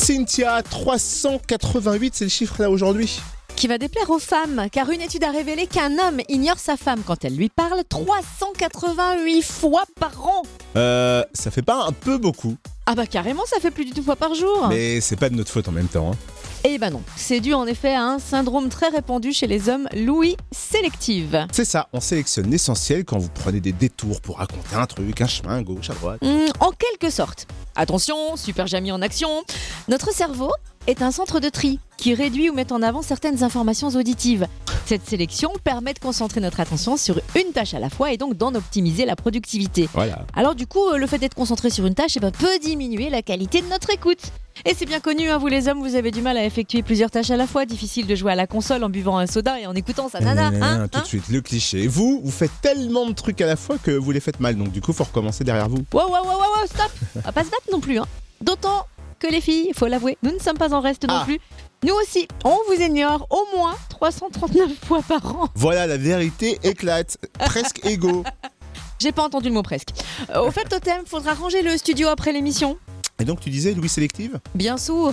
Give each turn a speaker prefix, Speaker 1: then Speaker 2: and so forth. Speaker 1: Cynthia, 388, c'est le chiffre là aujourd'hui.
Speaker 2: qui va déplaire aux femmes, car une étude a révélé qu'un homme ignore sa femme quand elle lui parle 388 fois par an.
Speaker 1: Euh, ça fait pas un peu beaucoup,
Speaker 2: Ah bah carrément, ça fait plus d'une fois par jour.
Speaker 1: mais c'est pas de notre faute en même temps. hein.
Speaker 2: Eh ben non, c'est dû en effet à un syndrome très répandu chez les hommes, l'ouïe sélective.
Speaker 1: C'est ça, on sélectionne l'essentiel quand vous prenez des détours pour raconter un truc, un chemin, à gauche, à droite.
Speaker 2: Hmm, en quelque sorte. Attention, super Jamie en action. Notre cerveau est un centre de tri qui réduit ou met en avant certaines informations auditives. Cette sélection permet de concentrer notre attention sur une tâche à la fois et donc d'en optimiser la productivité.
Speaker 1: Voilà.
Speaker 2: Alors du coup, euh, le fait d'être concentré sur une tâche eh ben, peut diminuer la qualité de notre écoute. Et c'est bien connu, hein, vous les hommes, vous avez du mal à effectuer plusieurs tâches à la fois. Difficile de jouer à la console en buvant un soda et en écoutant sa nana. hein,
Speaker 1: Eh, Euh, tout
Speaker 2: hein.
Speaker 1: de suite, le cliché. Vous, vous faites tellement de trucs à la fois que vous les faites mal, donc du coup, faut recommencer derrière vous.
Speaker 2: Wow, wow, wow, wow, wow, stop On va pas se battre non plus. Hein. D'autant que les filles, il faut l'avouer, nous ne sommes pas en reste non
Speaker 1: Ah.
Speaker 2: plus. Nous aussi, on vous ignore au moins 339 fois par an.
Speaker 1: Voilà, la vérité éclate, presque égaux.
Speaker 2: J'ai pas entendu le mot presque. Euh, au fait, Totem, faudra ranger le studio après l'émission.
Speaker 1: Et donc, tu disais Louis Sélective
Speaker 2: Bien sûr